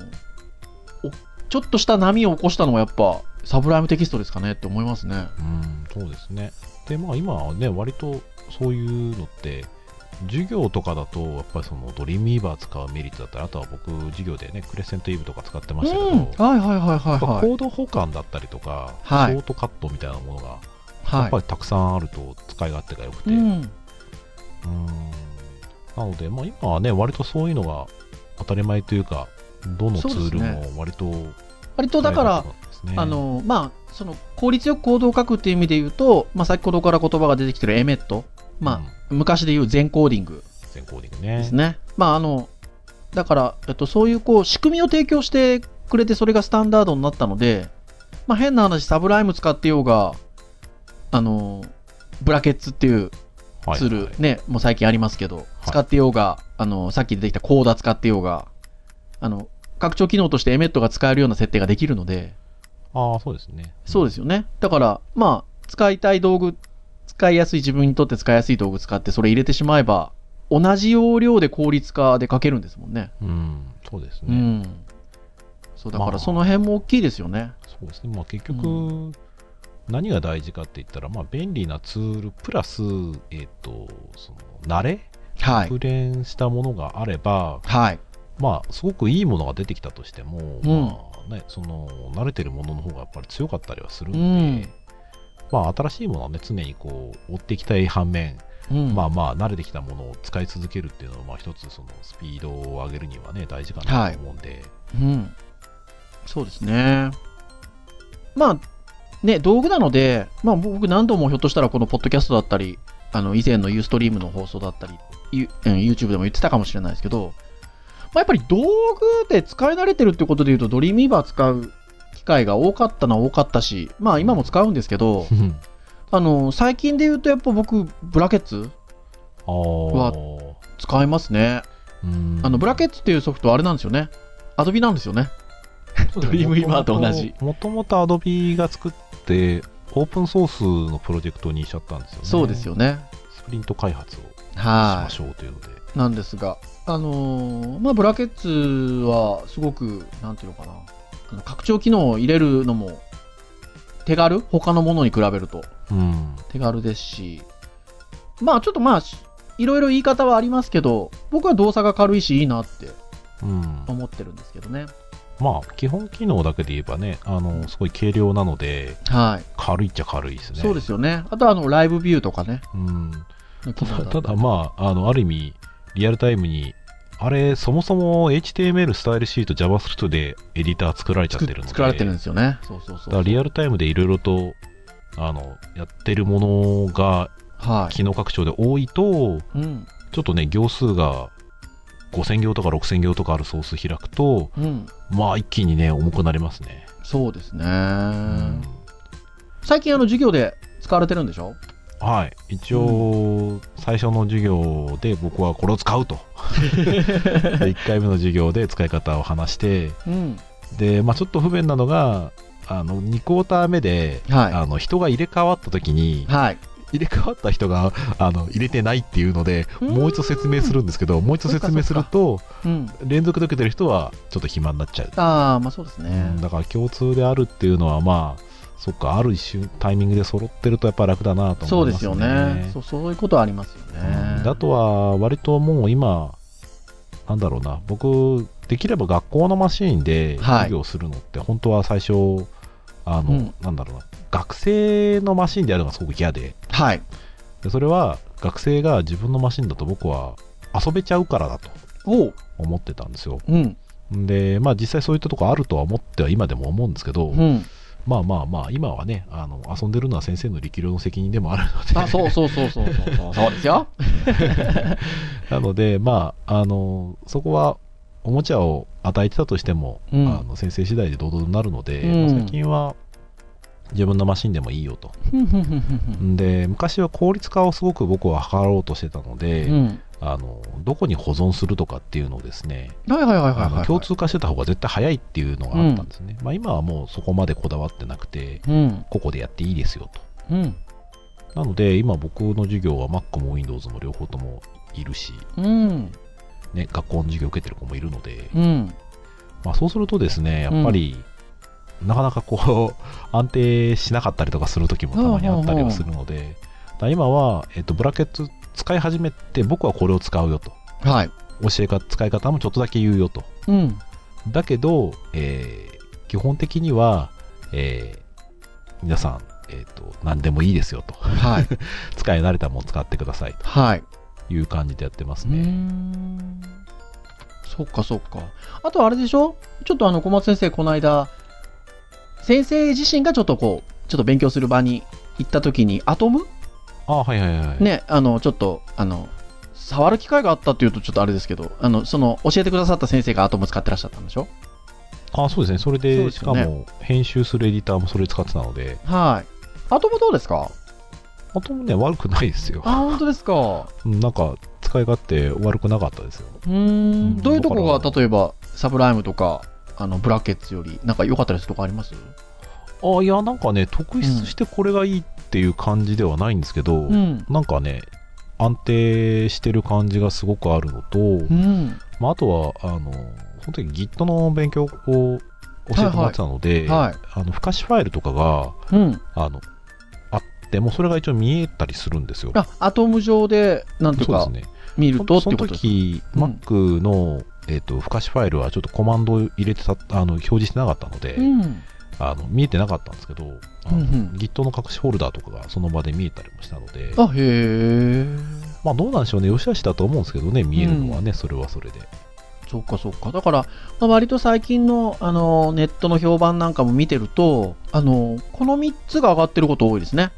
[SPEAKER 1] おちょっとした波を起こしたのはやっぱ、サブライムテキストですかねって思いますね。
[SPEAKER 3] うん、そうですね。で、まあ今はね、割とそういうのって、授業とかだと、やっぱりそのドリームイーバー使うメリットだったり、あとは僕、授業でね、クレセントイーブとか使ってましたけど、
[SPEAKER 1] うん、はいはいはいはい
[SPEAKER 3] やっぱ
[SPEAKER 1] はい。
[SPEAKER 3] コード保管だったりとか、
[SPEAKER 1] はい
[SPEAKER 3] ショートカットみたいなものが、や
[SPEAKER 1] は
[SPEAKER 3] っぱりたくさんあると使い勝手が良くて、
[SPEAKER 1] い。うん。
[SPEAKER 3] うんなので、まあ今はね、割とそういうのが当たり前というか、どのツール
[SPEAKER 1] そうで
[SPEAKER 3] も割と、
[SPEAKER 1] 割とだから、
[SPEAKER 3] 使い勝手なんですね
[SPEAKER 1] あ、の、まあ、その、効率よく行動を書くっていう意味で言うと、まあ先ほどから言葉が出てきてるエメット、
[SPEAKER 3] うん
[SPEAKER 1] まあ、昔で言う全コーディング
[SPEAKER 3] 全コーディング
[SPEAKER 1] で
[SPEAKER 3] ね
[SPEAKER 1] す。ね。まああのだから、えっと、そういうこう仕組みを提供してくれてそれがスタンダードになったので、まあ、変な話サブライム使ってようがあのブラケッツっていう
[SPEAKER 3] はい
[SPEAKER 1] ツール、
[SPEAKER 3] はい
[SPEAKER 1] ねもう最近ありますけど、使ってようがあのさっき出てきたコーダ使ってようがあの拡張機能としてエメットが使えるような設定ができるので
[SPEAKER 3] ああ、そうですね。
[SPEAKER 1] そうですよねだからまあ使いたい道具使いやすい自分にとって使いやすい道具使ってそれ入れてしまえば同じ要領で効率化で書けるんですもんね
[SPEAKER 3] うん、そうです
[SPEAKER 1] う
[SPEAKER 3] ね。
[SPEAKER 1] ん、そうだか
[SPEAKER 3] ま
[SPEAKER 1] ら
[SPEAKER 3] あ
[SPEAKER 1] その辺も大きいですよね。
[SPEAKER 3] そうですね。まあ結局、
[SPEAKER 1] う
[SPEAKER 3] 何が大事かって言ったら、まあ便利なツールプラス、えっ、と、その、慣れ、
[SPEAKER 1] はい。
[SPEAKER 3] 熟練したものがあれば、
[SPEAKER 1] はい。
[SPEAKER 3] まあすごくいいものが出てきたとしても、
[SPEAKER 1] うん
[SPEAKER 3] まあね、その、慣れてるものの方がやっぱり強かったりはするん
[SPEAKER 1] う
[SPEAKER 3] で、
[SPEAKER 1] ん。
[SPEAKER 3] まあ新しいものはね、常にこう、追っていきたい反面、
[SPEAKER 1] うん、
[SPEAKER 3] まあまあ慣れてきたものを使い続けるっていうのは、まあ一つそのスピードを上げるにはね、大事かなと思うんで、
[SPEAKER 1] うん。そうですね。まあ、ね、道具なので、まあ僕何度もひょっとしたらこのポッドキャストだったり、あの以前のユーストリームの放送だったり、ユうん YouTube でも言ってたかもしれないですけど、まあ、やっぱり道具で使い慣れてるってことで言うと、ドリーミーバー使う機会が多かったのは多かったし、まあ今も使うんですけど、あの、最近で言うとやっぱ僕、ブラケッツ
[SPEAKER 3] あー
[SPEAKER 1] 使いますね。
[SPEAKER 3] うん
[SPEAKER 1] あのブラケッツっていうソフトはあれなんですよね。アドビなんですよね。ドリームイバーと同じ。
[SPEAKER 3] もともと Adobe が作って、オープンソースのプロジェクトにしちゃったんですよね。
[SPEAKER 1] そうですよね。
[SPEAKER 3] スプリント開発をし
[SPEAKER 1] は
[SPEAKER 3] ましょうというので。
[SPEAKER 1] い。なんですが、あのーまあ、ブラケッツはすごく、なんていうのかな、あの拡張機能を入れるのも手軽他のものに比べると
[SPEAKER 3] うん。
[SPEAKER 1] 手軽ですし、まあちょっとまあ、しいろいろ言い方はありますけど、僕は動作が軽いしいいなって
[SPEAKER 3] うん。
[SPEAKER 1] 思ってるんですけどね。
[SPEAKER 3] まあ、基本機能だけで言えばね、あの、すごい軽量なので、
[SPEAKER 1] はい。
[SPEAKER 3] 軽いっちゃ軽いですね。
[SPEAKER 1] そうですよね。あとはあの、ライブビューとかね。
[SPEAKER 3] うん。
[SPEAKER 1] の機
[SPEAKER 3] ただ、
[SPEAKER 1] 能だ
[SPEAKER 3] ただまあ、あの、ある意味、リアルタイムに、あれ、そもそも HTML スタイルシート JavaScript でエディター作られちゃってるので。
[SPEAKER 1] 作られてるんですよね。そうそうそ
[SPEAKER 3] だか
[SPEAKER 1] う
[SPEAKER 3] らリアルタイムでいろいろと、あの、やってるものが、
[SPEAKER 1] は
[SPEAKER 3] 機能拡張で多いと、
[SPEAKER 1] い。うん。
[SPEAKER 3] ちょっとね、行数が5000行とか6000行とかあるソース開くと、
[SPEAKER 1] うん。
[SPEAKER 3] まあ一気にね、重くなりますね。
[SPEAKER 1] そうですね。
[SPEAKER 3] うん
[SPEAKER 1] 最近あの、授業で使われてるんでしょ
[SPEAKER 3] はい。一応、最初の授業で僕はこれを使 うと。で1回目の授業で使い方を話して、
[SPEAKER 1] うん。
[SPEAKER 3] で、まあちょっと不便なのが、あの、2クォーター目で、
[SPEAKER 1] は
[SPEAKER 3] あの人が入れ替わった時に
[SPEAKER 1] い。はい。
[SPEAKER 3] 入れ替わった人があの入れてないっていうので
[SPEAKER 1] うーん
[SPEAKER 3] もう一度説明するんですけどもう一度説明すると
[SPEAKER 1] うん。
[SPEAKER 3] 連続で受けてる人はちょっと暇になっちゃう
[SPEAKER 1] ああ、まあそうです
[SPEAKER 3] うん
[SPEAKER 1] ね。
[SPEAKER 3] だから共通であるっていうのはまあそっかある一瞬タイミングで揃ってるとやっぱ楽だなと
[SPEAKER 1] そう
[SPEAKER 3] 思い
[SPEAKER 1] で
[SPEAKER 3] ますすね
[SPEAKER 1] よね。そう、そういうことはありますよ
[SPEAKER 3] うん
[SPEAKER 1] ね。
[SPEAKER 3] であとは割ともう今なんだろうな僕できれば学校のマシーンで
[SPEAKER 1] はい
[SPEAKER 3] 授業するのって本当は最初あの、
[SPEAKER 1] うん
[SPEAKER 3] なんだろうな学生のマシーンでやるのがすごく嫌で
[SPEAKER 1] はい。
[SPEAKER 3] でそれは学生が自分のマシンだと僕は遊べちゃうからだと
[SPEAKER 1] おう。
[SPEAKER 3] 思ってたんですよ
[SPEAKER 1] うん。
[SPEAKER 3] でまあ実際そういったとこあるとは思っては今でも思うんですけど、
[SPEAKER 1] うん。
[SPEAKER 3] まあまあまあ今はねあの遊んでるのは先生の力量の責任でもあるので
[SPEAKER 1] あ、そうそうそうそうそう そう。そうですよ。
[SPEAKER 3] なのでまああのそこはおもちゃを与えてたとしても、
[SPEAKER 1] うん
[SPEAKER 3] あの先生次第で堂々となるので、
[SPEAKER 1] うん
[SPEAKER 3] まあ最近は自分のマシンでもいいよと
[SPEAKER 1] ふんふんふんふんふん
[SPEAKER 3] で昔は効率化をすごく僕は図ろうとしてたので、
[SPEAKER 1] うん。
[SPEAKER 3] あのどこに保存するとかっていうのをですね、
[SPEAKER 1] はいはいはいはい
[SPEAKER 3] あ
[SPEAKER 1] は
[SPEAKER 3] の
[SPEAKER 1] い。
[SPEAKER 3] 共。通化してた方が絶対早いっていうのがあったんですね、まあ、今はもうそこまでこだわってなくて
[SPEAKER 1] うん。
[SPEAKER 3] ここでやっていいですよと
[SPEAKER 1] うん。
[SPEAKER 3] なので今僕の授業は Mac も Windows も両方ともいるし、
[SPEAKER 1] うん。
[SPEAKER 3] ね、学校の授業受けてる子もいるので、
[SPEAKER 1] うん。
[SPEAKER 3] まあ、そうするとですねやっぱり、なかなかこう 安定しなかったりとかする時もたまにあったりはするので、だから今は、えっと、ブラケット使い始めて僕はこれを使うよと
[SPEAKER 1] はい。
[SPEAKER 3] 教え方使い方もちょっとだけ言うよと
[SPEAKER 1] うん。
[SPEAKER 3] だけど、えー基本的には、えー皆さん、えーと、何でもいいですよと。
[SPEAKER 1] はい。
[SPEAKER 3] 使い慣れたもの使ってください
[SPEAKER 1] はい。
[SPEAKER 3] という感じでやってます
[SPEAKER 1] うー
[SPEAKER 3] ね。
[SPEAKER 1] んそっかそっか。あとあれでしょちょっとあの小松先生この間、先生自身がちょっとこう、ちょっと勉強する場に行った時に、アトム
[SPEAKER 3] あはいはいはい。
[SPEAKER 1] ね、あの、ちょっと、あの、触る機会があったっていうとちょっとあれですけど、あの、その、教えてくださった先生がアトム使ってらっしゃったんでしょ
[SPEAKER 3] あそうですね。それで
[SPEAKER 1] そうです
[SPEAKER 3] し
[SPEAKER 1] よ
[SPEAKER 3] か
[SPEAKER 1] ね
[SPEAKER 3] も、編集するエディターもそれ使ってたので、
[SPEAKER 1] はい。アトムどうですか
[SPEAKER 3] あともね、悪くないですよ。
[SPEAKER 1] あ、本当ですか。
[SPEAKER 3] うんなんか、使い勝手悪くなかったですよ。
[SPEAKER 1] うーん。どういうとこ
[SPEAKER 3] だか
[SPEAKER 1] が、
[SPEAKER 3] ら
[SPEAKER 1] 例えば、サブライムとか、あの、ブラケッツより、なんか良かったですとかあります
[SPEAKER 3] あいや、なんかね、特筆してこれがいいっていう感じではないんですけど、
[SPEAKER 1] うん。
[SPEAKER 3] なんかね、安定してる感じがすごくあるのと、
[SPEAKER 1] うん。
[SPEAKER 3] まあ、あとはあの本当に Git の勉強を教えてもらってたので、
[SPEAKER 1] はい。
[SPEAKER 3] あの不可視ファイルとかが
[SPEAKER 1] うん。
[SPEAKER 3] あのあってもうそれが一応見えたりするんですよ。
[SPEAKER 1] あアトム上でなんと
[SPEAKER 3] そうです
[SPEAKER 1] か
[SPEAKER 3] ね。
[SPEAKER 1] 見るとっ
[SPEAKER 3] その
[SPEAKER 1] てことです
[SPEAKER 3] 時、
[SPEAKER 1] うん
[SPEAKER 3] Mac の、えっと不可視ファイルはちょっとコマンドを入れてたあの表示してなかったので、
[SPEAKER 1] うん
[SPEAKER 3] あの見えてなかったんですけど、あ
[SPEAKER 1] う
[SPEAKER 3] の
[SPEAKER 1] んうん
[SPEAKER 3] Git の隠しフォルダーとかがその場で見えたりもしたので、
[SPEAKER 1] あへえ
[SPEAKER 3] まあどうなんでしょうね、よしあしだと思うんですけどね、見えるのはね、それはそれで。
[SPEAKER 1] そっかそっかだから、まあ、割と最近のあのネットの評判なんかも見てるとあのこの3つが上がってること多いですね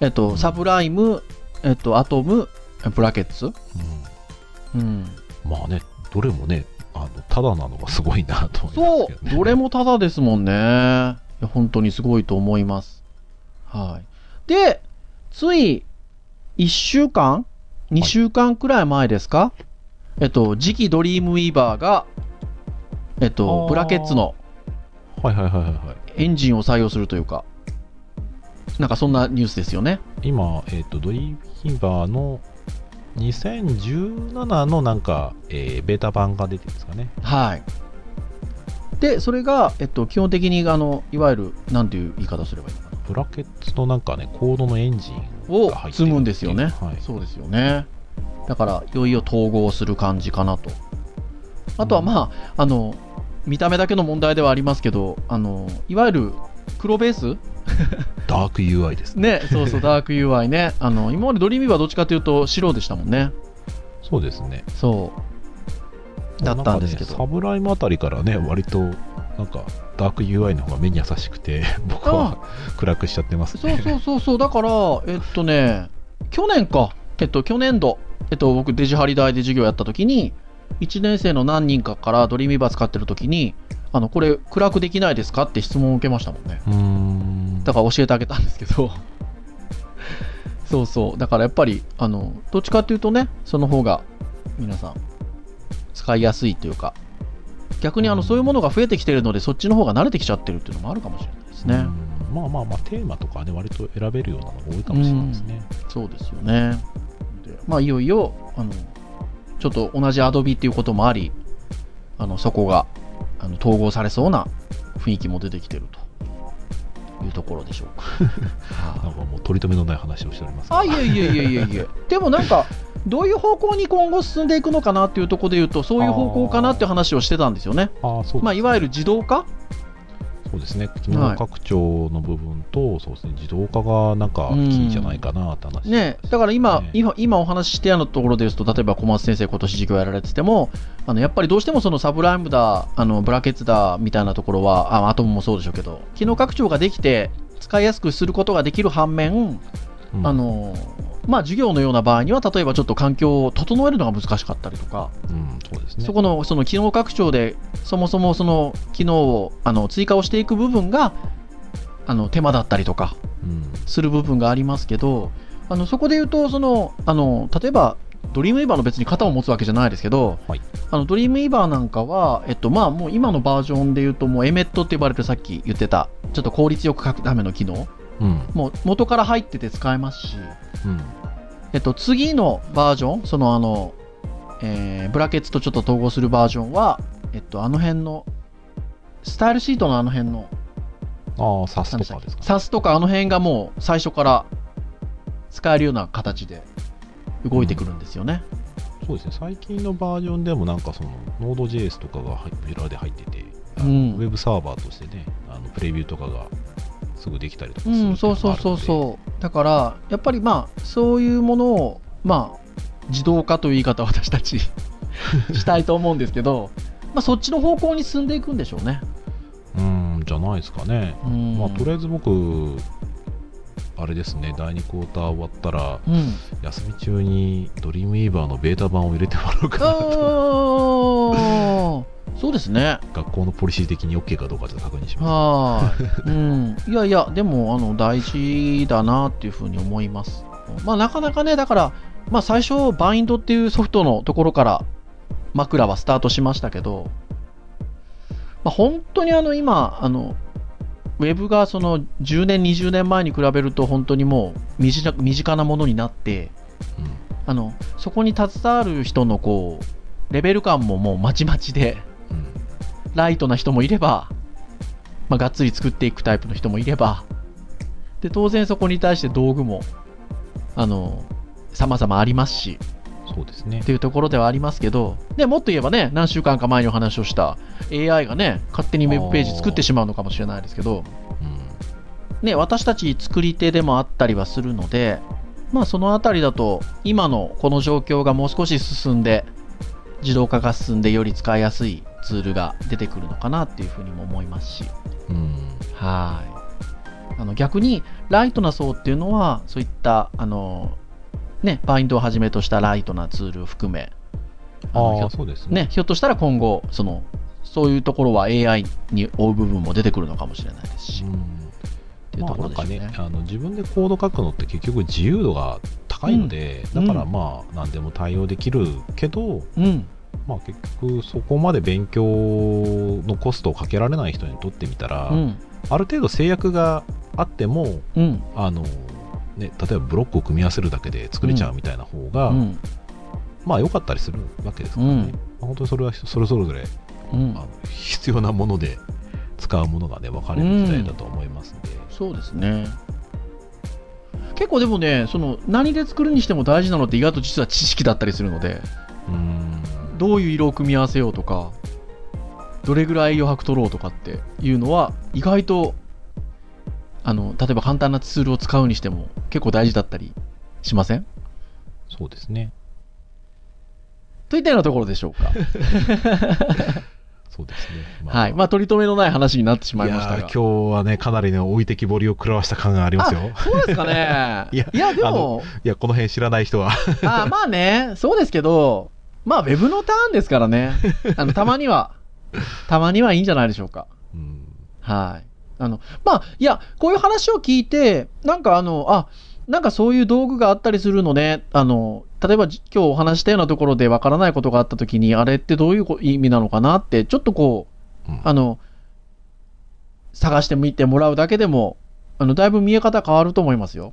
[SPEAKER 1] えっと、
[SPEAKER 3] うん
[SPEAKER 1] サブライムえっとアトムブラケッツ
[SPEAKER 3] うん
[SPEAKER 1] うん
[SPEAKER 3] まあね、どれもね、あのただなのがすごいなと思い
[SPEAKER 1] そ
[SPEAKER 3] ま
[SPEAKER 1] う
[SPEAKER 3] すけど、ね。
[SPEAKER 1] どれもタダですもんね。いや本当にすごいと思います。はい。で、つい1週間 ?2 週間くらい前ですか、えっと、次期ドリームウィーバーが、えっ
[SPEAKER 3] あ
[SPEAKER 1] と、
[SPEAKER 3] ー
[SPEAKER 1] ブラケッツの
[SPEAKER 3] はいはいはいはいはい
[SPEAKER 1] エンジンを採用するというか、なんかそんなニュースですよね。
[SPEAKER 3] 今、えっとドリームヒーバーの2017のなんか、えーベータ版が出てるんですかね
[SPEAKER 1] はい。で、それが、えっと、基本的に、あの、いわゆる、なんていう言い方すればいいのかな。
[SPEAKER 3] ブラケッツのなんかねコードのエンジン
[SPEAKER 1] を
[SPEAKER 3] が入ってる
[SPEAKER 1] 積むんですよね。
[SPEAKER 3] はい
[SPEAKER 1] そうですよね。だから、いよいよ統合する感じかなと。あとは、
[SPEAKER 3] うん
[SPEAKER 1] まあ、あの、見た目だけの問題ではありますけど、あの、いわゆる、黒ベース
[SPEAKER 3] ダーク UI ですね
[SPEAKER 1] ね、そうそう、ダーク UI ね。あの、今までドリーミーはどっちかというと、白でしたもんね。
[SPEAKER 3] そうですね
[SPEAKER 1] そう。だったんですけ
[SPEAKER 3] なんか
[SPEAKER 1] ど。
[SPEAKER 3] ねサブライムあたりからね割となんかダーク UI の方が目に優しくて 僕は暗くしちゃってます
[SPEAKER 1] そう
[SPEAKER 3] ね
[SPEAKER 1] そうそうそう、だから、えっとね、去年か、えっと、去年度、えっと、僕、デジハリ大で授業やった時に、1年生の何人かからドリーミーバー使ってる時に、あの、これ、暗くできないですかって質問を受けましたもんね。
[SPEAKER 3] うーん
[SPEAKER 1] だから教えてあげたんですけど。そうそう。だからやっぱり、あの、どっちかっていうとね、その方が、皆さん、使いやすいというか、逆にあの、そういうものが増えてきてるので、そっちの方が慣れてきちゃってるっていうのもあるかもしれないですね。
[SPEAKER 3] うんまあまあまあテーマとかね割と選べるようなのが多いかもしれないですね、
[SPEAKER 1] そうですよね。でまあ、いよいよ、あの、ちょっと同じアドビっていうこともあり、あの、そこが、あの、統合されそうな雰囲気も出てきてるというところでしょうか。 は
[SPEAKER 3] なんかもう取り留めのない話をしておりますが
[SPEAKER 1] あ、あいえいえいえいえいえ。でもなんか、どういう方向に今後進んでいくのかなっていうところで言うと、そういう方向かなっていう話をしてたんですよね。
[SPEAKER 3] あーそうです
[SPEAKER 1] まあ、いわゆる自動化
[SPEAKER 3] そうですね機能拡張の部分と、そうですね自動化がなんかキーじゃないかなって話、
[SPEAKER 1] ね、だから今,、
[SPEAKER 3] ね
[SPEAKER 1] 今今お話ししてあのところですと例えば小松先生今年授業やられててもあのやっぱりどうしてもそのサブライムだあのブラケッツだみたいなところはあアトムもそうでしょうけど機能拡張ができて使いやすくすることができる反面、
[SPEAKER 3] うん
[SPEAKER 1] あのまあ、授業のような場合には例えばちょっと環境を整えるのが難しかったりとか、
[SPEAKER 3] うん、そうですね
[SPEAKER 1] そこのその機能拡張でそもそもその機能をあの追加をしていく部分があの手間だったりとか
[SPEAKER 3] うん
[SPEAKER 1] する部分がありますけどあのそこで言うとそのあの例えばドリームイーバーの別に肩を持つわけじゃないですけど、
[SPEAKER 3] はい
[SPEAKER 1] あのドリームイーバーなんかは、えっとまあ、もう今のバージョンで言うともうエメットって呼ばれるさっき言ってたちょっと効率よく書くための機能
[SPEAKER 3] うん
[SPEAKER 1] もう元から入ってて使えますし、
[SPEAKER 3] うん
[SPEAKER 1] えっと、次のバージョンそのあの、えーブラケッツとちょっと統合するバージョンは、えっと、あの辺のスタイルシートのあの辺の
[SPEAKER 3] ああサス
[SPEAKER 1] なん
[SPEAKER 3] と
[SPEAKER 1] でしたっ
[SPEAKER 3] か
[SPEAKER 1] け
[SPEAKER 3] ですか、
[SPEAKER 1] サスとかあの辺がもう最初から使えるような形で動いてくるんですよね。
[SPEAKER 3] そうですね最近のバージョンでもなんかその Node.js とかが入ピラーで入ってて、あの
[SPEAKER 1] うん
[SPEAKER 3] ウェブサーバーとしてねあのプレビューとかがすぐできたりとかす
[SPEAKER 1] う
[SPEAKER 3] るってい
[SPEAKER 1] ん、
[SPEAKER 3] の
[SPEAKER 1] そうそう
[SPEAKER 3] がある
[SPEAKER 1] そ
[SPEAKER 3] の
[SPEAKER 1] う
[SPEAKER 3] で
[SPEAKER 1] そう。だから、やっぱりまあ、そういうものを、まあ、自動化という言い方を私た ちしたいと思うんですけど、まあ、そっちの方向に進んでいくんでしょうね。
[SPEAKER 3] うんじゃないですかね、
[SPEAKER 1] うん。
[SPEAKER 3] まあとりあえず僕あれですね第2クォーター終わったら
[SPEAKER 1] うん。
[SPEAKER 3] 休み中にドリームイーバーのベータ版を入れてもらおうかなと
[SPEAKER 1] あーそうですね。
[SPEAKER 3] 学校のポリシー的に OK かどうかちょっと確認しま
[SPEAKER 1] はーい。うん。いやいや、でも、あの、大事だなっていうふうに思います。まあ、なかなかね、だから、まあ、最初、バインドっていうソフトのところから、枕はスタートしましたけど、まあ、本当にあの、今、あの、ウェブがその10年、20年前に比べると本当にもう身近身近なものになって、
[SPEAKER 3] す、うん
[SPEAKER 1] あの、そこに携わる人のこう、レベル感ももうまちまちで、
[SPEAKER 3] うん
[SPEAKER 1] ライトな人もいれば、まあ、がっつり作っていくタイプの人もいれば、で、当然そこに対して道具も、あの、様々ありますし、
[SPEAKER 3] そうですね
[SPEAKER 1] っていうところではありますけど、で、もっと言えばね、何週間か前にお話をした AI がね、勝手にウェブページ作ってしまうのかもしれないですけど、
[SPEAKER 3] うん
[SPEAKER 1] ね、私たち作り手でもあったりはするので、まあそのあたりだと、今のこの状況がもう少し進んで、自動化が進んでより使いやすいツールが出てくるのかなっていうふうにも思いますし、
[SPEAKER 3] うん
[SPEAKER 1] はい。あの逆に、ライトな層っていうのは、そういった、あの、ね、バインドをはじめとしたライトなツールを含め、あのひ
[SPEAKER 3] あ
[SPEAKER 1] ょ
[SPEAKER 3] あそうですね
[SPEAKER 1] ね、ひょっとしたら今後、その、そういうところは AI に追う部分も出てくるのかもしれないですし、
[SPEAKER 3] うん
[SPEAKER 1] っていう
[SPEAKER 3] ま
[SPEAKER 1] と
[SPEAKER 3] あ
[SPEAKER 1] こ
[SPEAKER 3] な
[SPEAKER 1] ろ
[SPEAKER 3] ん
[SPEAKER 1] でしょ
[SPEAKER 3] か
[SPEAKER 1] う
[SPEAKER 3] ね。
[SPEAKER 1] ね
[SPEAKER 3] あの自分でコード書くのって結局自由度が高いので、
[SPEAKER 1] うん
[SPEAKER 3] だか
[SPEAKER 1] う
[SPEAKER 3] らまあ何でも対応できるけど
[SPEAKER 1] うん。
[SPEAKER 3] まあ、結局そこまで勉強のコストをかけられない人にとってみたら、
[SPEAKER 1] うん
[SPEAKER 3] ある程度制約があっても
[SPEAKER 1] うん
[SPEAKER 3] あの、ね、例えばブロックを組み合わせるだけで作れちゃうみたいな方が、
[SPEAKER 1] うん
[SPEAKER 3] まあ良かったりするわけですからね、
[SPEAKER 1] うん
[SPEAKER 3] まあ本当にそれはそれぞれ
[SPEAKER 1] うん
[SPEAKER 3] あの必要なもので使うものがね分かれる時代だと思いますので、
[SPEAKER 1] そうですね結構でもねその何で作るにしても大事なのって意外と実は知識だったりするので
[SPEAKER 3] うーん
[SPEAKER 1] どういう色を組み合わせようとかどれぐらい余白取ろうとかっていうのは意外とあの例えば簡単なツールを使うにしても結構大事だったりしません
[SPEAKER 3] そうですね
[SPEAKER 1] といったようなところでしょう か、
[SPEAKER 3] そうですね、
[SPEAKER 1] はいまあ取り留めのない話になってしまいましたが
[SPEAKER 3] いやー今日はねかなりね置いてきぼりを食らわした感がありますよ
[SPEAKER 1] そうですかね
[SPEAKER 3] いや
[SPEAKER 1] いやで
[SPEAKER 3] あ
[SPEAKER 1] も
[SPEAKER 3] のいやこの辺知らない人は
[SPEAKER 1] あーまあね、そうですけど、まあ、ウェブのターンですからね、あのたまには、たまにはいいんじゃないでしょうか。
[SPEAKER 3] うん
[SPEAKER 1] はい。あの、まあ、いや、こういう話を聞いて、なんかあの、あ、なんかそういう道具があったりするのね、あの、例えばじ今日お話したようなところでわからないことがあったときに、あれってどういうこ意味なのかなって、ちょっとこ
[SPEAKER 3] うん
[SPEAKER 1] う、あの、探してみてもらうだけでも、あの、だいぶ見え方変わると思いますよ。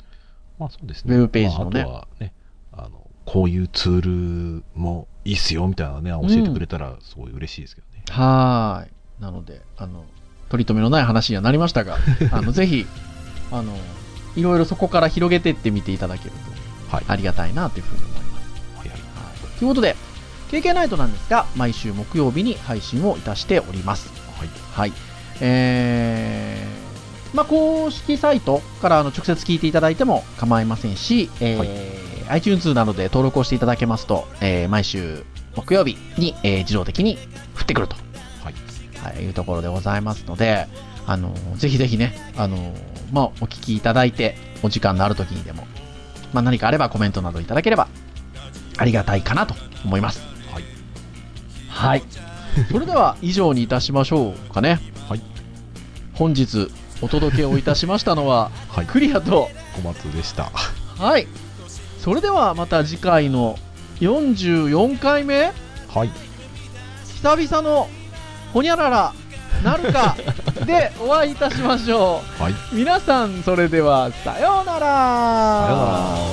[SPEAKER 3] まあそうですね。
[SPEAKER 1] ウェブページの
[SPEAKER 3] まあ、あ
[SPEAKER 1] ね
[SPEAKER 3] とはね、あの、こういうツールもいいっすよみたいなね、教えてくれたらすごい嬉しいですけどね。
[SPEAKER 1] はーい。なので、あの、取り留めのない話にはなりましたが、あの、ぜひ、あの、いろいろそこから広げてってみていただけると、
[SPEAKER 3] はい
[SPEAKER 1] ありがたいなというふうに思います。
[SPEAKER 3] はいはい
[SPEAKER 1] はい、ということで、KK ナイトなんですが、毎週木曜日に配信をいたしております。
[SPEAKER 3] はい。
[SPEAKER 1] はい。えー、まあ、公式サイトからあの直接聞いていただいても構いませんし、えー
[SPEAKER 3] は
[SPEAKER 1] iTunes などで登録をしていただけますと、えー毎週木曜日に、えー自動的に降ってくると
[SPEAKER 3] はい。
[SPEAKER 1] はい、いうところでございますので、あのぜひぜひね、あのまあ、お聞きいただいて、お時間のある時にでも、まあ、何かあればコメントなどいただければ、ありがたいかなと思います。
[SPEAKER 3] はい。
[SPEAKER 1] はい。それでは、以上にいたしましょうかね。
[SPEAKER 3] はい。
[SPEAKER 1] 本日、お届けをいたしましたのは、
[SPEAKER 3] はい。
[SPEAKER 1] クリアと、
[SPEAKER 3] 小松でした。
[SPEAKER 1] はい。それでは、また次回の44回目
[SPEAKER 3] はい。
[SPEAKER 1] 久々のほにゃららな るかでお会いいたしましょ
[SPEAKER 3] はい。
[SPEAKER 1] う皆さんそれではさよう
[SPEAKER 3] さような
[SPEAKER 1] なら
[SPEAKER 3] ら。